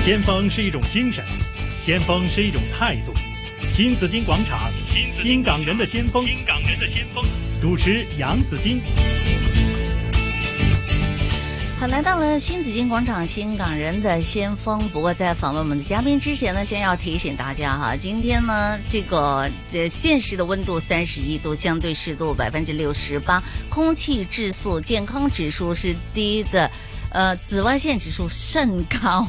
先锋是一种精神，先锋是一种态度。新紫金广场，新新港人的先锋，新港人的先锋。主持杨紫金。好，来到了新紫金广场，新港人的先锋。不过在访问我们的嘉宾之前呢，先要提醒大家哈，今天呢，这个这现实的温度三十一度，相对湿度百分之六十八，空气质素健康指数是低的。呃，紫外线指数甚高，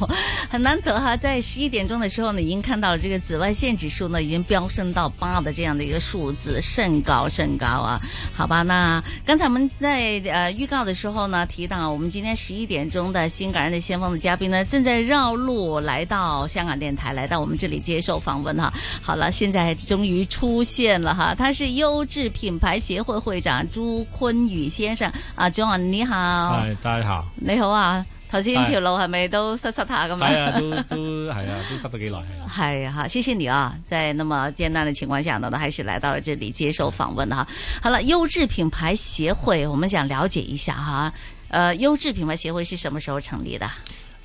很难得哈，在十一点钟的时候呢，已经看到了这个紫外线指数呢已经飙升到八的这样的一个数字，甚高甚高啊！好吧，那刚才我们在呃预告的时候呢，提到我们今天十一点钟的新感人的先锋的嘉宾呢，正在绕路来到香港电台，来到我们这里接受访问哈。好了，现在终于出现了哈，他是优质品牌协会会长朱坤宇先生啊，John 你好，系大家好，你好啊！頭先條路係咪都塞塞下咁系 啊，樣？都都系啊，都塞咗几耐系。係哈，謝謝你啊！在那麼艱難的情況下呢，都還是來到了這裡接受訪問哈。好了，優質品牌協會，我們想了解一下哈。呃，優質品牌協會是什麼時候成立的？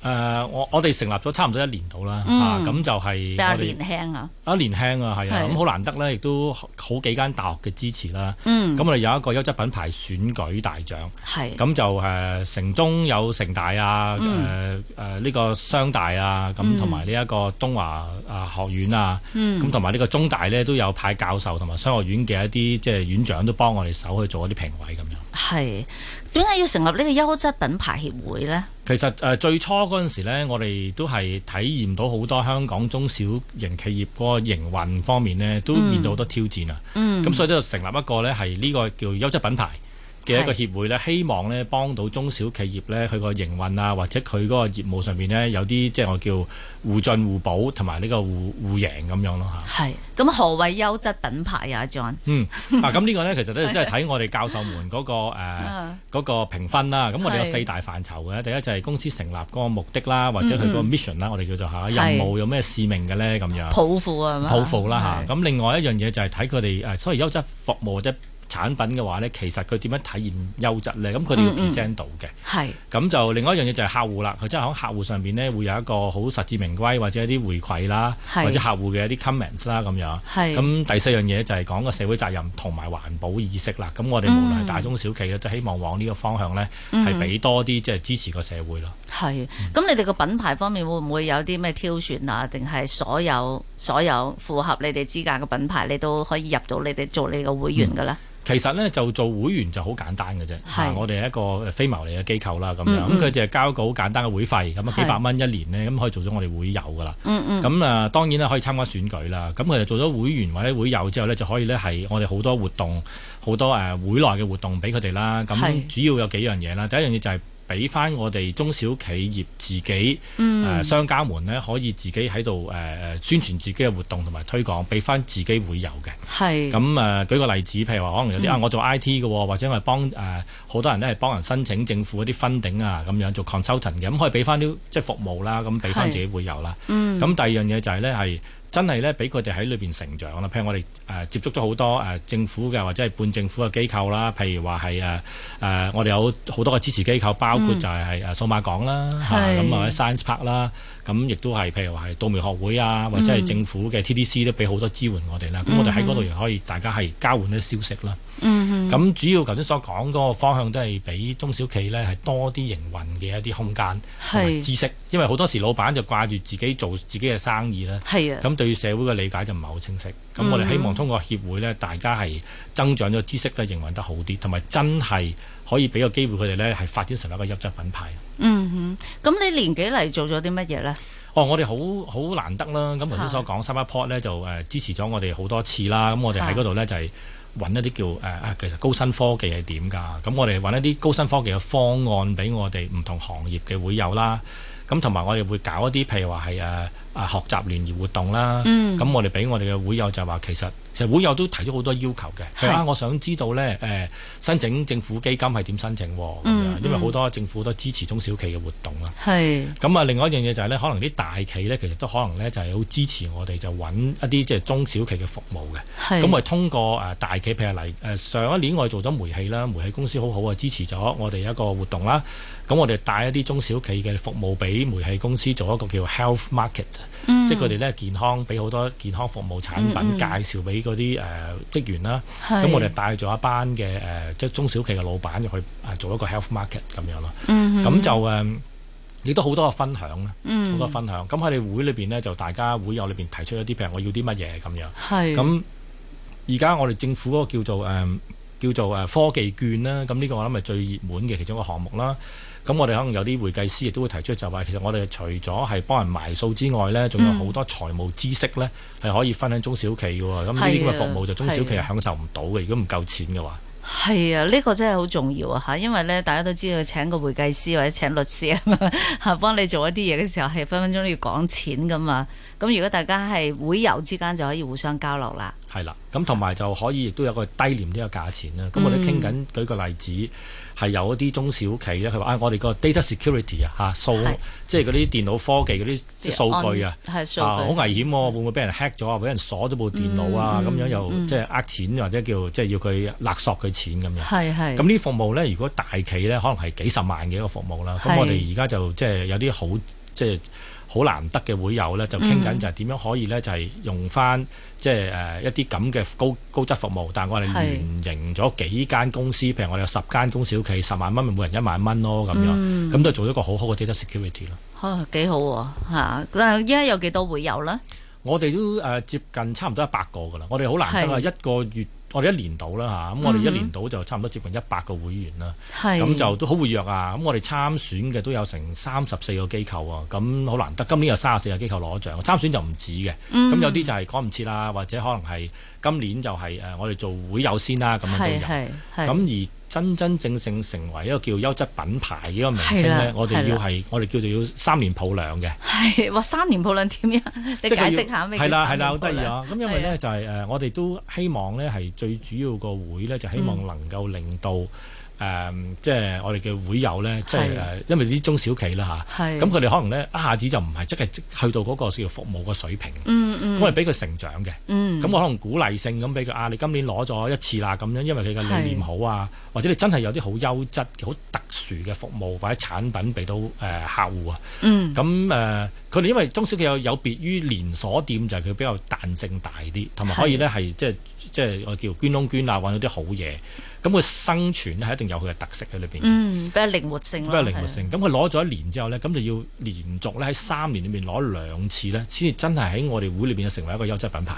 诶、我我哋成立咗差唔多一年度啦，嗯啊，咁就系比我較哋年輕啊。啊年輕啊，係啊，係咁好難得咧，亦都好幾間大學嘅支持啦。嗯咁我哋有一個優質品牌選舉大獎，係。咁就誒、呃城中有城大啊，誒嗯誒呢個商大啊，咁同埋呢一個東華啊學院啊，嗯咁同埋呢個中大咧都有派教授同埋商學院嘅一啲即係院長都幫我哋手去做一啲評委咁樣。係點解要成立呢個優質品牌協會呢？其實誒、呃最初嗰陣時咧，我哋都係體驗到好多香港中小型企業嗰個營運方面咧，都面對好多挑戰啊。嗯咁、所以都成立一個咧係呢個叫優質品牌嘅一個係協會咧，希望咧幫到中小企業咧佢個營運啊，或者佢嗰個業務上面咧有啲即係我叫互進互補同埋呢個互互贏咁樣咯嚇。係咁何謂優質品牌啊，John？嗯，嗱咁呢個咧，其實咧，即係睇我哋教授們嗰、個呃誒嗯嗰、個評分啦。咁我哋有係四大範疇嘅，第一就係公司成立嗰個目的啦，或者佢嗰個 mission 啦，我哋叫做嚇任務有咩使命嘅咧咁樣。嗯抱負啊係嘛？抱負啦係嚇。咁另外一樣嘢就係睇佢哋誒，所謂優質服務或者產品嘅話咧，其實佢點樣體現優質咧？咁佢哋要嗯嗯 present 到嘅。係咁就另外一樣嘢就係客戶啦，佢真係喺客戶上邊咧會有一個好實至名歸或者一啲回饋啦，係或者客戶嘅一啲 comments 啦咁樣。係咁第四樣嘢就係講個社會責任同埋環保意識啦。咁我哋無論係大中小企咧，都希望往呢個方向咧嗯係俾多啲即係支持個社會咯。係，嗯咁你哋個品牌方面會唔會有啲咩挑選啊？定係所有所有符合你哋資格嘅品牌，你都可以入到你哋做你嘅會員㗎啦？其實咧就做會員就好簡單嘅啫，係啊我哋係一個非牟利嘅機構啦，咁嗯樣嗯咁佢就係交一個好簡單嘅會費，咁啊係幾百蚊一年咧，咁可以做咗我哋會友噶啦。嗯嗯，咁啊，當然啦，可以參加選舉啦。咁佢哋做咗會員或者會友之後咧，就可以咧係我哋好多活動，好多誒會內嘅活動俾佢哋啦。咁係主要有幾樣嘢啦，第一樣嘢就係俾翻我哋中小企業自己誒、嗯呃商家們咧，可以自己喺度誒誒宣傳自己嘅活動同埋推廣，俾翻自己會友嘅。係咁誒、呃、舉個例子，譬如話可嗯能有啲、啊，我做 I T 嘅喎，或者我係幫誒好、多人咧係幫人申請政府嗰啲 funding 啊，咁樣做 consultant 嘅，咁可以俾翻啲即係服務啦，咁俾翻係自己會友啦。咁、嗯第二樣嘢就係咧係真係咧俾佢哋喺裏邊成長啦。譬如我哋誒、呃接觸咗好多誒、呃政府嘅或者係半政府嘅機構啦，譬如話係誒誒我哋有好多嘅支持機構，包括就係係誒數碼港啦，嚇嗯係咁啊 Science Park 啦，咁亦都係譬如話係稻苗學會啊，或者嗯係政府嘅 TDC 都俾好多支援我哋啦。咁、我哋喺嗰度又可以大家係交換啲消息啦。嗯嗯咁、主要頭先所講嗰個方向都係俾中小企呢係多啲營運嘅一啲空間同埋係知識，因為好多時老闆就掛住自己做自己嘅生意啦。係啊，咁對社會嘅理解就唔係好清晰。咁我哋希望通過協會呢，大家係增長咗知識咧，營運得好啲，同埋真係可以俾個機會佢哋呢，係發展成為一個優質品牌。嗯嗯，咁你年幾嚟做咗啲乜嘢咧？哦，我哋好好難得啦！咁頭啊先所講三 u p p o r t 咧就誒、呃支持咗我哋好多次啦。咁我哋啊喺嗰度咧就係、揾一啲叫誒啊、其實高新科技係點㗎？咁我哋揾一啲高新科技嘅方案俾我哋唔同行業嘅會友啦。咁同埋我哋會呃搞一啲譬如話係誒啊學習聯誼活動啦。咁、嗯我哋俾我哋嘅會友就話其實其實會友都提咗好多要求嘅，譬如啊，我想知道咧誒、呃申請政府基金係點申請喎咁樣，嗯因為嗯好多政府都支持中小企嘅活動啦。係咁啊，另外一樣嘢就係咧，可能啲大企咧，其實都可能咧就係好支持我哋，就揾一啲即係中小企嘅服務嘅。係咁我哋通過誒大企，譬如嚟誒上一年我哋做咗煤氣啦，煤氣公司好好啊，支持咗我哋一個活動啦。咁我哋帶一啲中小企嘅服務俾煤氣公司做一個叫 health market，、嗯即係佢哋咧健康俾好多健康服務產品、嗯嗯介紹俾嗰啲誒呃職員啦。係咁我哋帶咗一班嘅誒即係中小企嘅老闆入去誒做一個 health market 咁樣咯。嗯咁、哼就誒。亦都好多嘅分享啦，好、嗯多分享。咁喺你會裏邊呢，就大家會友裏邊提出一啲譬如我要啲乜嘢咁樣。係咁而家我哋政府嗰個叫做誒、嗯叫做誒科技券啦，咁呢個我諗係最熱門嘅其中一個項目啦。咁我哋可能有啲會計師亦都會提出就話，其實我哋除咗係幫人埋數之外呢，仲有好多財務知識呢係可以分享中小企嘅喎。咁呢啲咁嘅服務就中小企係享受唔到嘅，如果唔夠錢嘅話。係啊，呢、個真係好重要啊嚇，因為咧大家都知道請個會計師或者請律師啊， 嚇幫你做一啲嘢嘅時候係分分鐘都要講錢噶嘛。咁如果大家係會友之間就可以互相交流啦。係啦，咁同埋就可以亦都有個低廉啲嘅價錢啦。咁嗯我哋傾緊舉個例子，係有一啲中小企咧，佢話啊，我哋個 data security 啊，嚇數係即係嗰啲電腦科技嗰啲即係數據啊。係數據，啊，好危險喎、會唔會俾人 hack 咗啊？俾人鎖咗部電腦啊？咁、嗯樣又、嗯即係呃錢，或者叫即係要佢勒索佢錢咁樣。係係咁呢啲服務咧，如果大企咧，可能係幾十萬嘅一個服務啦。咁係我哋而家就即係有啲好即係好難得嘅會友咧，就傾嗯緊就係點樣可以咧，就係用翻即係誒一啲咁嘅高高質服務，但係我哋係原形咗幾間公司，譬如我哋有十間中小企，十萬蚊咪每人一萬蚊咯咁樣，嗯咁、都做咗一個好好嘅 data security 咯。啊幾好喎嚇。但係依家有幾多會友咧？我哋都誒、呃接近差唔多一百個㗎啦，我哋好難得啊，係一個月我哋一年到啦嚇，咁我哋一嗯年哼到就差唔多接近一百個會員啦，係咁就都好活躍啊！咁我哋參選嘅都有成三十四個機構啊，咁好難得，今年有三十四個機構攞獎，參選就唔止嘅，咁、嗯有啲就係趕唔切啦，或者可能係今年就係、呃我哋做會友先啦，咁樣都係有。係係咁而真真正正成為一個叫優質品牌嘅一個名稱係啦咧，我哋係要啦係我哋叫做要三年抱兩嘅。係哇三年抱兩點樣？你即係佢解要釋下咩叫係啦係三啦，年好抱得意兩啊！咁因為係啊咧就係誒，我哋都希望咧係最主要個會咧，就希嗯望能夠令到誒，即係我哋嘅會友咧，即係係誒，因為啲中小企啦吓，係咁佢哋可能咧一下子就唔係即係即去到嗰個叫服務個水平，嗯嗯咁我哋俾佢成長嘅。嗯咁我可能鼓勵性咁俾佢啊，你今年攞咗一次啦，咁樣，因為佢嘅理念好啊，或者你真係有啲好優質、好特殊嘅服務或者產品俾到誒、呃客戶啊。嗯咁誒，呃佢哋因為中小企有有別於連鎖店，就係佢比較彈性大啲，同埋可以咧係即係即係我叫捐窿捐罅揾到啲好嘢。咁佢生存咧係一定有佢嘅特色喺裏邊，嗯比較靈活性比咯較靈活係性。咁佢攞咗一年之後咧，咁就要連續咧喺三年裏面攞兩次咧，先至真係喺我哋會裏邊成為一個優質品牌。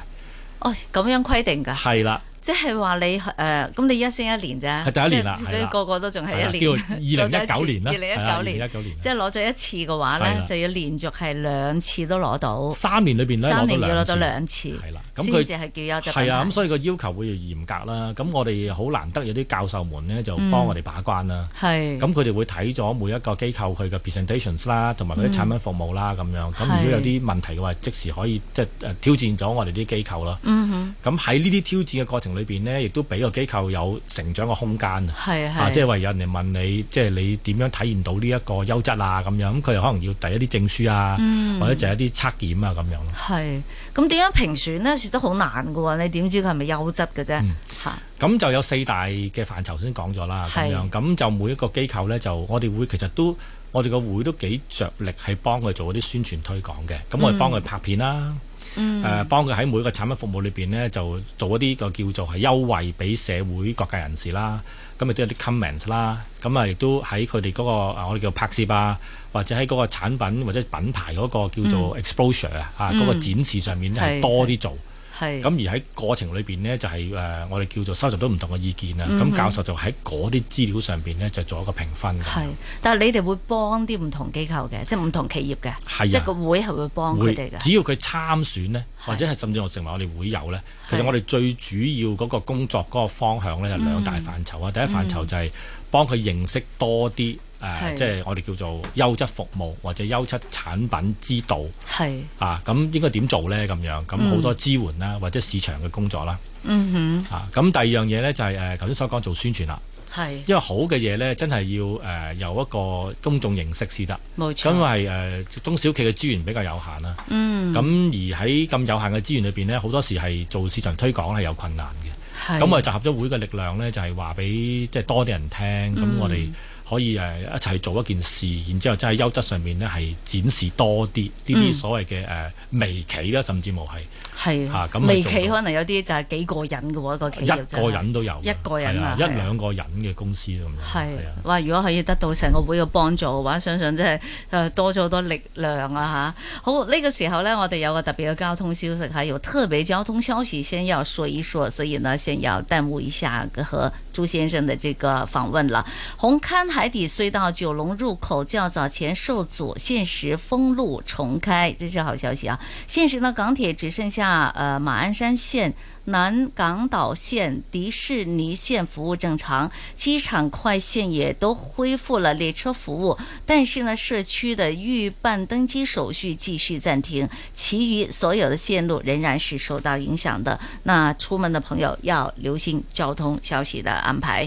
哦，咁樣規定㗎，係啦，即係話你誒，呃咁你一升一年咋？係第一年啦即係係啦所以個個都仲係係啦一叫 年。二零一九 年啦，二零一九二年，零一九年啦即係攞咗一次嘅話係咧啦，就要連續係兩次都攞到，三年裏邊咧三攞到年要攞兩到次。兩次，係啦咁先佢至係叫優質品係啊，牌咁。所以個要求會嚴格啦。咁我哋好難得有啲教授們呢，嗯就幫我哋把關啦。係咁佢哋會睇咗每一個機構佢嘅 presentations 啦，同埋佢啲產品服務啦咁樣。咁嗯如係果有啲問題嘅話，即時可以即係誒挑戰咗我哋啲機構啦。嗯咁喺呢啲挑戰嘅過程裏邊呢，亦都俾個機構有成長嘅空間啊。哼，係啊，係，即係話有人嚟問你，即係你點樣體現到呢一個優質啊咁樣，咁佢哋可能要遞一啲證書啊，嗯或者就係一啲測驗啊咁樣咯。係咁點樣評選咧？有時都好難嘅喎，你點知佢係咪優質嘅啫？嗯嚇咁就有四大嘅範疇先講咗啦，咁係樣咁就每一個機構呢，就我哋會其實都我哋個會都幾着力係幫佢做嗰啲宣傳推廣嘅，咁嗯我哋幫佢拍片啦，誒、幫佢喺每個產品服務裏邊呢，就做一啲個叫做係優惠俾社會各界人士啦，咁亦都有啲 comment 啦，咁啊亦都喺佢哋嗰個啊我哋叫拍攝啊，或者喺嗰個產品或者品牌嗰個叫做 exposure 啊、嗰個展示上面呢，係嗯係多啲做。係咁而喺過程裏邊呢，就係、誒我哋叫做收集到唔同嘅意見啊啦。咁、嗯教授就喺嗰啲資料上邊呢，就做一個評分嘅。係，但係你哋會幫啲唔同機構嘅，即係唔同企業嘅，係啊即係個會係會幫佢會哋嘅。只要佢參選呢，係或者係甚至我成為我哋會友呢，其係嗯實我哋最主要嗰個工作嗰個方向呢，就兩大範疇啊。第一範疇就係幫佢認識多啲誒，係即係我哋叫做優質服務或者優質產品之道係，啊，咁應該點做呢？咁樣咁好多支援啦，或者市場嘅工作啦嗯啊，咁第二樣嘢呢，就係誒頭先所講做宣傳啦，哼，係，因為好嘅嘢呢，真係要誒呃有一個公眾認識先得，冇因錯，為誒中小企嘅資源比較有限啦。嗯，咁而喺咁有限嘅資源裏邊呢，好多時係做市場推廣係有困難嘅。係咁我哋啊集合咗會嘅力量呢，就係話俾即係多啲人聽，咁、嗯我哋可以誒一齊做一件事，然之後真係優質上面呢，係展示多啲呢嗯啲所謂嘅誒微企啦，甚至乎係係啊咁啊微做企到可能有啲就係幾個人嘅喎，一個企業一真係個人都有嘅，一個人啊係係啊一兩個人嘅公司咁樣，係係啊，哇！如果可以得到成個會嘅幫助嘅話，相信真係誒多咗好多力量啊吓，好呢、個時候呢，我哋有個特別嘅交通消息，還有特別交通消息，先要說一說，所以呢，先要耽誤一下呃和朱先生的這個呃訪問了。紅磡海底隧道九龍入口較早前受阻，限時封路重開，這是好消息啊！現時呢，港鐵只剩下呃馬鞍山線、南港島線、迪士尼線服務正常，機場快線也都恢復了列車服務，但是呢，社區的預辦登機手續繼續暫停，其餘所有的線路仍然是受到影響的。那出門的朋友要留心交通消息的安排。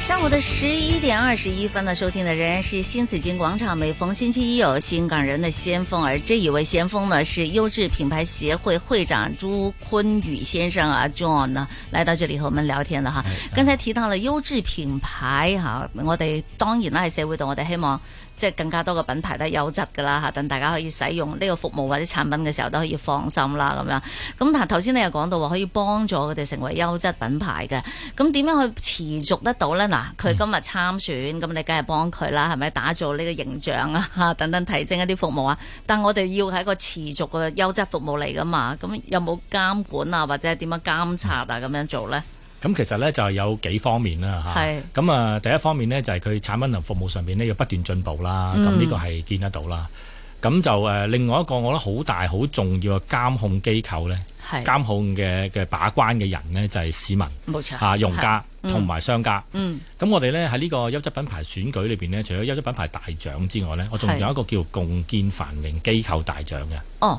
上午的十一点二十一分呢，收听的仍然是新紫金广场。每逢星期一有新港人的先锋，而这一位先锋呢是优质品牌协会会长朱坤宇先生啊，John 呢来到这里和我们聊天了哈。刚才提到了優質品牌嚇，我哋當然啦喺社會度，我哋希望即係更加多嘅品牌都係優質噶啦嚇，等大家可以使用呢個服務或者產品嘅時候都可以放心啦咁樣。咁但係頭先你又講到話可以幫助佢哋成為優質品牌嘅，咁點樣去持續得到呢？嗱，嗯佢今日參選，咁你梗係幫佢啦，係咪打造呢個形象啊，等等提升一啲服務啊？但我哋要係一個持續嘅優質服務嚟噶嘛，咁有冇監管啊，或者係點樣監察啊咁樣做呢？咁其實呢，就係有幾方面啦係嚇，咁啊第一方面呢，就係佢產品同服務上面呢，要不斷進步啦，嗯咁呢個係見得到啦。咁就誒另外一個我覺得好大好重要嘅監控機構呢，係監控嘅嘅把關嘅人呢，就係市民冇錯啊用係家嗯同埋商家。嗯咁我哋呢，喺呢個優質品牌選舉裏邊呢，除咗優質品牌大獎之外呢，我仲係有一個叫共建繁榮機構大獎嘅，哦，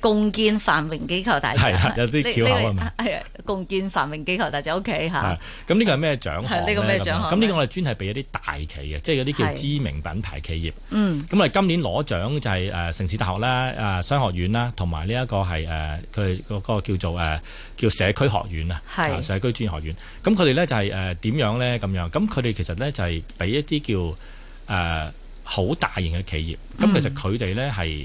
共建繁榮機構大獎係啊有啲呢巧口啊呢嘛係啊共建繁榮機構大獎 OK 係嚇，啊咁呢個係咩獎項啊係呢個咩呢？咁獎項樣咁呢個我哋專係俾一啲大企嘅，即係嗰啲叫係知名品牌企業。嗯咁我哋今年攞獎就係、呃城市大學啦、誒、商學院啦，同埋呢一個係誒佢嗰個叫做誒、呃叫社區學院啊，係啊社區專業學院。咁佢哋咧就係誒點樣咧咁樣？咁佢哋其實咧就係、俾一啲叫誒好、大型嘅企業。咁、嗯其實佢哋咧係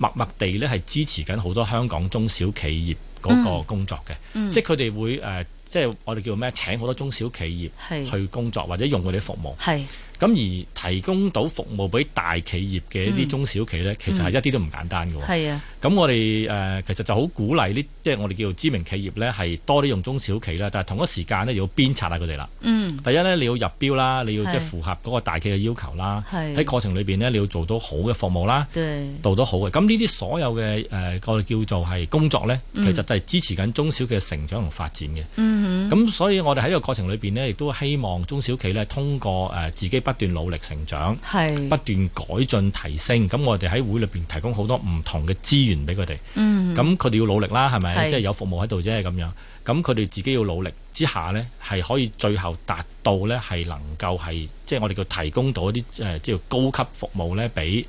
默默地咧係支持緊好多香港中小企業嗰個工作嘅，嗯，即係佢哋會誒、呃即係我哋叫咩？請好多中小企業係去工作或者用佢哋服務。係咁而提供到服務俾大企業嘅一嗯啲中小企呢，其實係一啲都唔簡單嘅喎。係啊，咁我哋誒、呃其實就好鼓勵呢，即係我哋叫做知名企業呢，係多啲用中小企啦。但係同一時間呢，要鞭策下佢哋啦。嗯第一呢，你要入標啦，你要係即係符合嗰個大企嘅要求啦。係嗯喺過程裏邊呢，你要做到好嘅服務啦，對，做到好嘅。咁呢啲所有嘅誒我哋叫做係工作呢，嗯其實就係支持緊中小企嘅成長同發展嘅。嗯哼咁所以我哋喺呢個過程裏邊呢，亦都希望中小企呢，通過誒自己不斷努力成長。係不斷改進提升，咁我哋喺會裏邊提供好多唔同嘅資源俾佢哋，嗯咁佢哋要努力啦，係咪？係即係有服務喺度啫咁樣，咁佢哋自己要努力之下呢，係可以最後達到呢，係能夠係即係我哋叫提供到一啲誒即係高級服務呢，俾誒、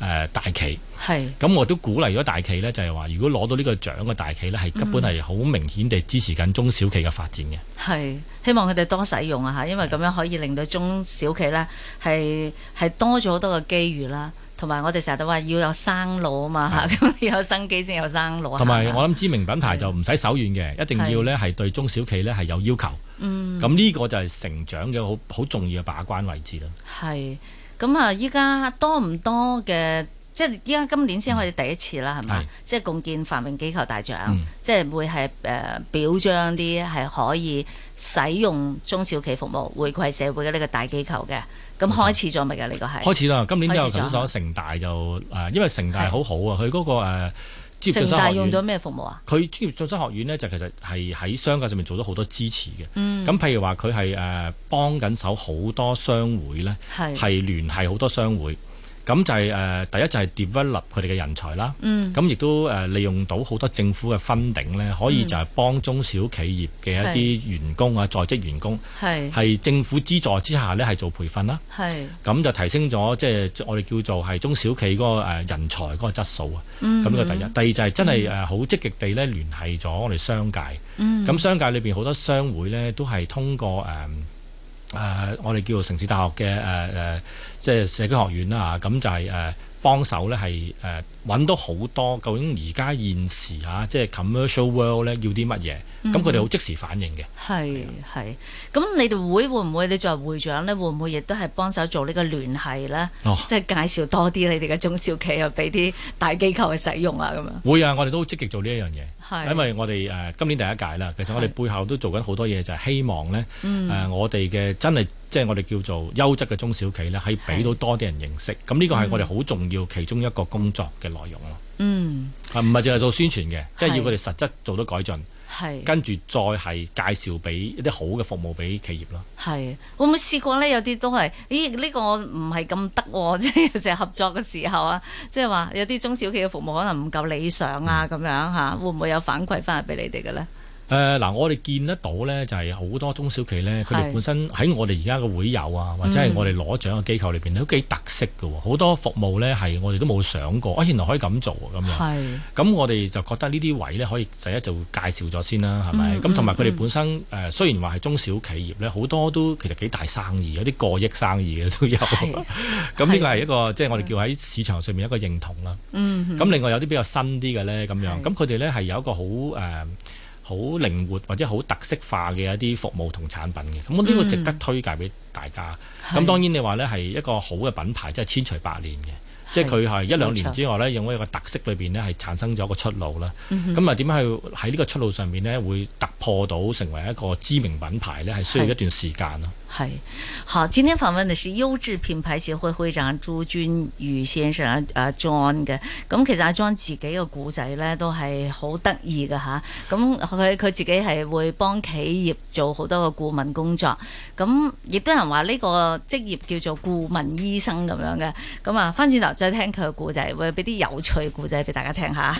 呃大企。係咁我都鼓勵咗大企呢，就係話如果攞到呢個獎嘅大企呢，係根嗯本係好明顯地支持緊中小企嘅發展嘅。係，希望佢哋多使用啊嚇，因為咁樣可以令到中小企咧係係多咗好多嘅機遇啦。同埋我哋成日都話要有生路啊嘛嚇，咁有生機先有生路啊。同埋係嘛我諗知名品牌就唔使手軟嘅，一定要呢係對中小企呢係有要求。嗯咁呢個就係成長嘅好好重要嘅把關位置啦。係咁啊！依家多唔多嘅即係依家今年先可以第一次啦，係嘛係？即係共建繁榮機構大獎，嗯即係會係誒、呃表彰啲係可以使用中小企服務回饋社會嘅呢個大機構嘅。咁開始咗未啊㗎？呢個係開始啦，今年都有開始咗頭先所講城大就誒、呃因為城大好好啊，佢嗰、個誒、呃、專業進盛修大學用院咗。咩服務啊？佢專業進修學院呢，就其實係喺商界上面做咗好多支持嘅。咁、嗯譬如話佢係誒幫緊手好多商會呢，係係聯繫好多商會。咁就係、呃第一就係 develop 佢哋嘅人才啦。嗯咁亦都誒利用到好多政府嘅 funding 呢，可以就係幫中小企業嘅一啲員工啊、在職員工，係係政府資助之下呢，係做培訓啦。係咁就提升咗即係我哋叫做係中小企嗰個呃人才嗰個質素啊。咁呢個第一，第二就係真係誒好積極地咧聯繫咗我哋商界。嗯咁商界裏邊好多商會咧都係通過誒。誒，我哋叫做城市大學嘅誒誒，即係社區學院啦咁就係誒幫手咧，係誒揾到好多究竟而家現時啊，即係 commercial world 咧要啲乜嘢，咁佢哋好即時反應嘅。係係。咁你哋會會唔會？你作為會長咧，會唔會亦都係幫手做呢個聯繫咧？哦即係介紹多啲你哋嘅中小企啊，俾啲大機構去使用啊，咁樣。 會啊，我哋都好積極做呢一樣嘢。係因為我哋誒、呃今年第一屆啦，其實我哋係背後都做緊好多嘢，就係、希望咧誒、呃我哋嘅真係即係我哋叫做優質嘅中小企咧，係俾到多啲人認識。咁呢個係我哋好重要其中一個工作嘅內容咯。嗯，啊，唔係淨係做宣傳嘅，即係係要佢哋實質做到改進，係。跟住再係介紹俾一啲好嘅服務俾企業啦。係，會唔會試過咧？有啲都係，咦？呢、個唔係咁得喎，即係成日合作嘅時候啊，即係話有啲中小企嘅服務可能唔夠理想嗯啊，咁樣嚇，會唔會有反饋翻嚟俾你哋嘅咧？誒呃嗱、我哋見得到呢，就係好多中小企呢，佢係嗯哋本身喺我哋而家嘅會友啊，或者係我哋攞獎嘅機構裏邊都幾特色嘅喎，好多服務呢，係我哋都冇想過，啊原來可以咁做啊咁樣。係咁我哋就覺得呢啲位呢，可以第一就介紹咗先啦，係咪？嗯咁同埋佢哋本身誒、雖然話係中小企業呢，好多都其實幾大生意，有啲過億生意嘅都有。係咁呢個係一個即係我哋叫喺市場上面一個認同啦。嗯咁另外有啲比較新啲嘅咧，咁係樣咁佢哋咧係有一個好誒好靈活或者好特色化嘅一啲服務同產品嘅，咁呢個值得推介俾大家。咁、嗯係當然你話咧係一個好嘅品牌，即係千錘百煉嘅。即係佢係一兩冇錯年之外咧，用一個特色裏邊咧係產生咗個出路啦。嗯咁啊點樣去喺呢個出路上面咧會突破到成為一個知名品牌咧，係需要係一段時間咯。係好，今天訪問的是優質品牌協會會長朱君宇先生啊啊 John 嘅，咁其實阿 John 自己嘅故仔咧都係好得意嘅吓，咁佢佢自己係會幫企業做好多嘅顧問工作，咁亦都有人話呢個職業叫做顧問醫生咁樣嘅，咁啊翻轉頭再聽佢嘅故仔，會俾啲有趣嘅故仔俾大家聽下。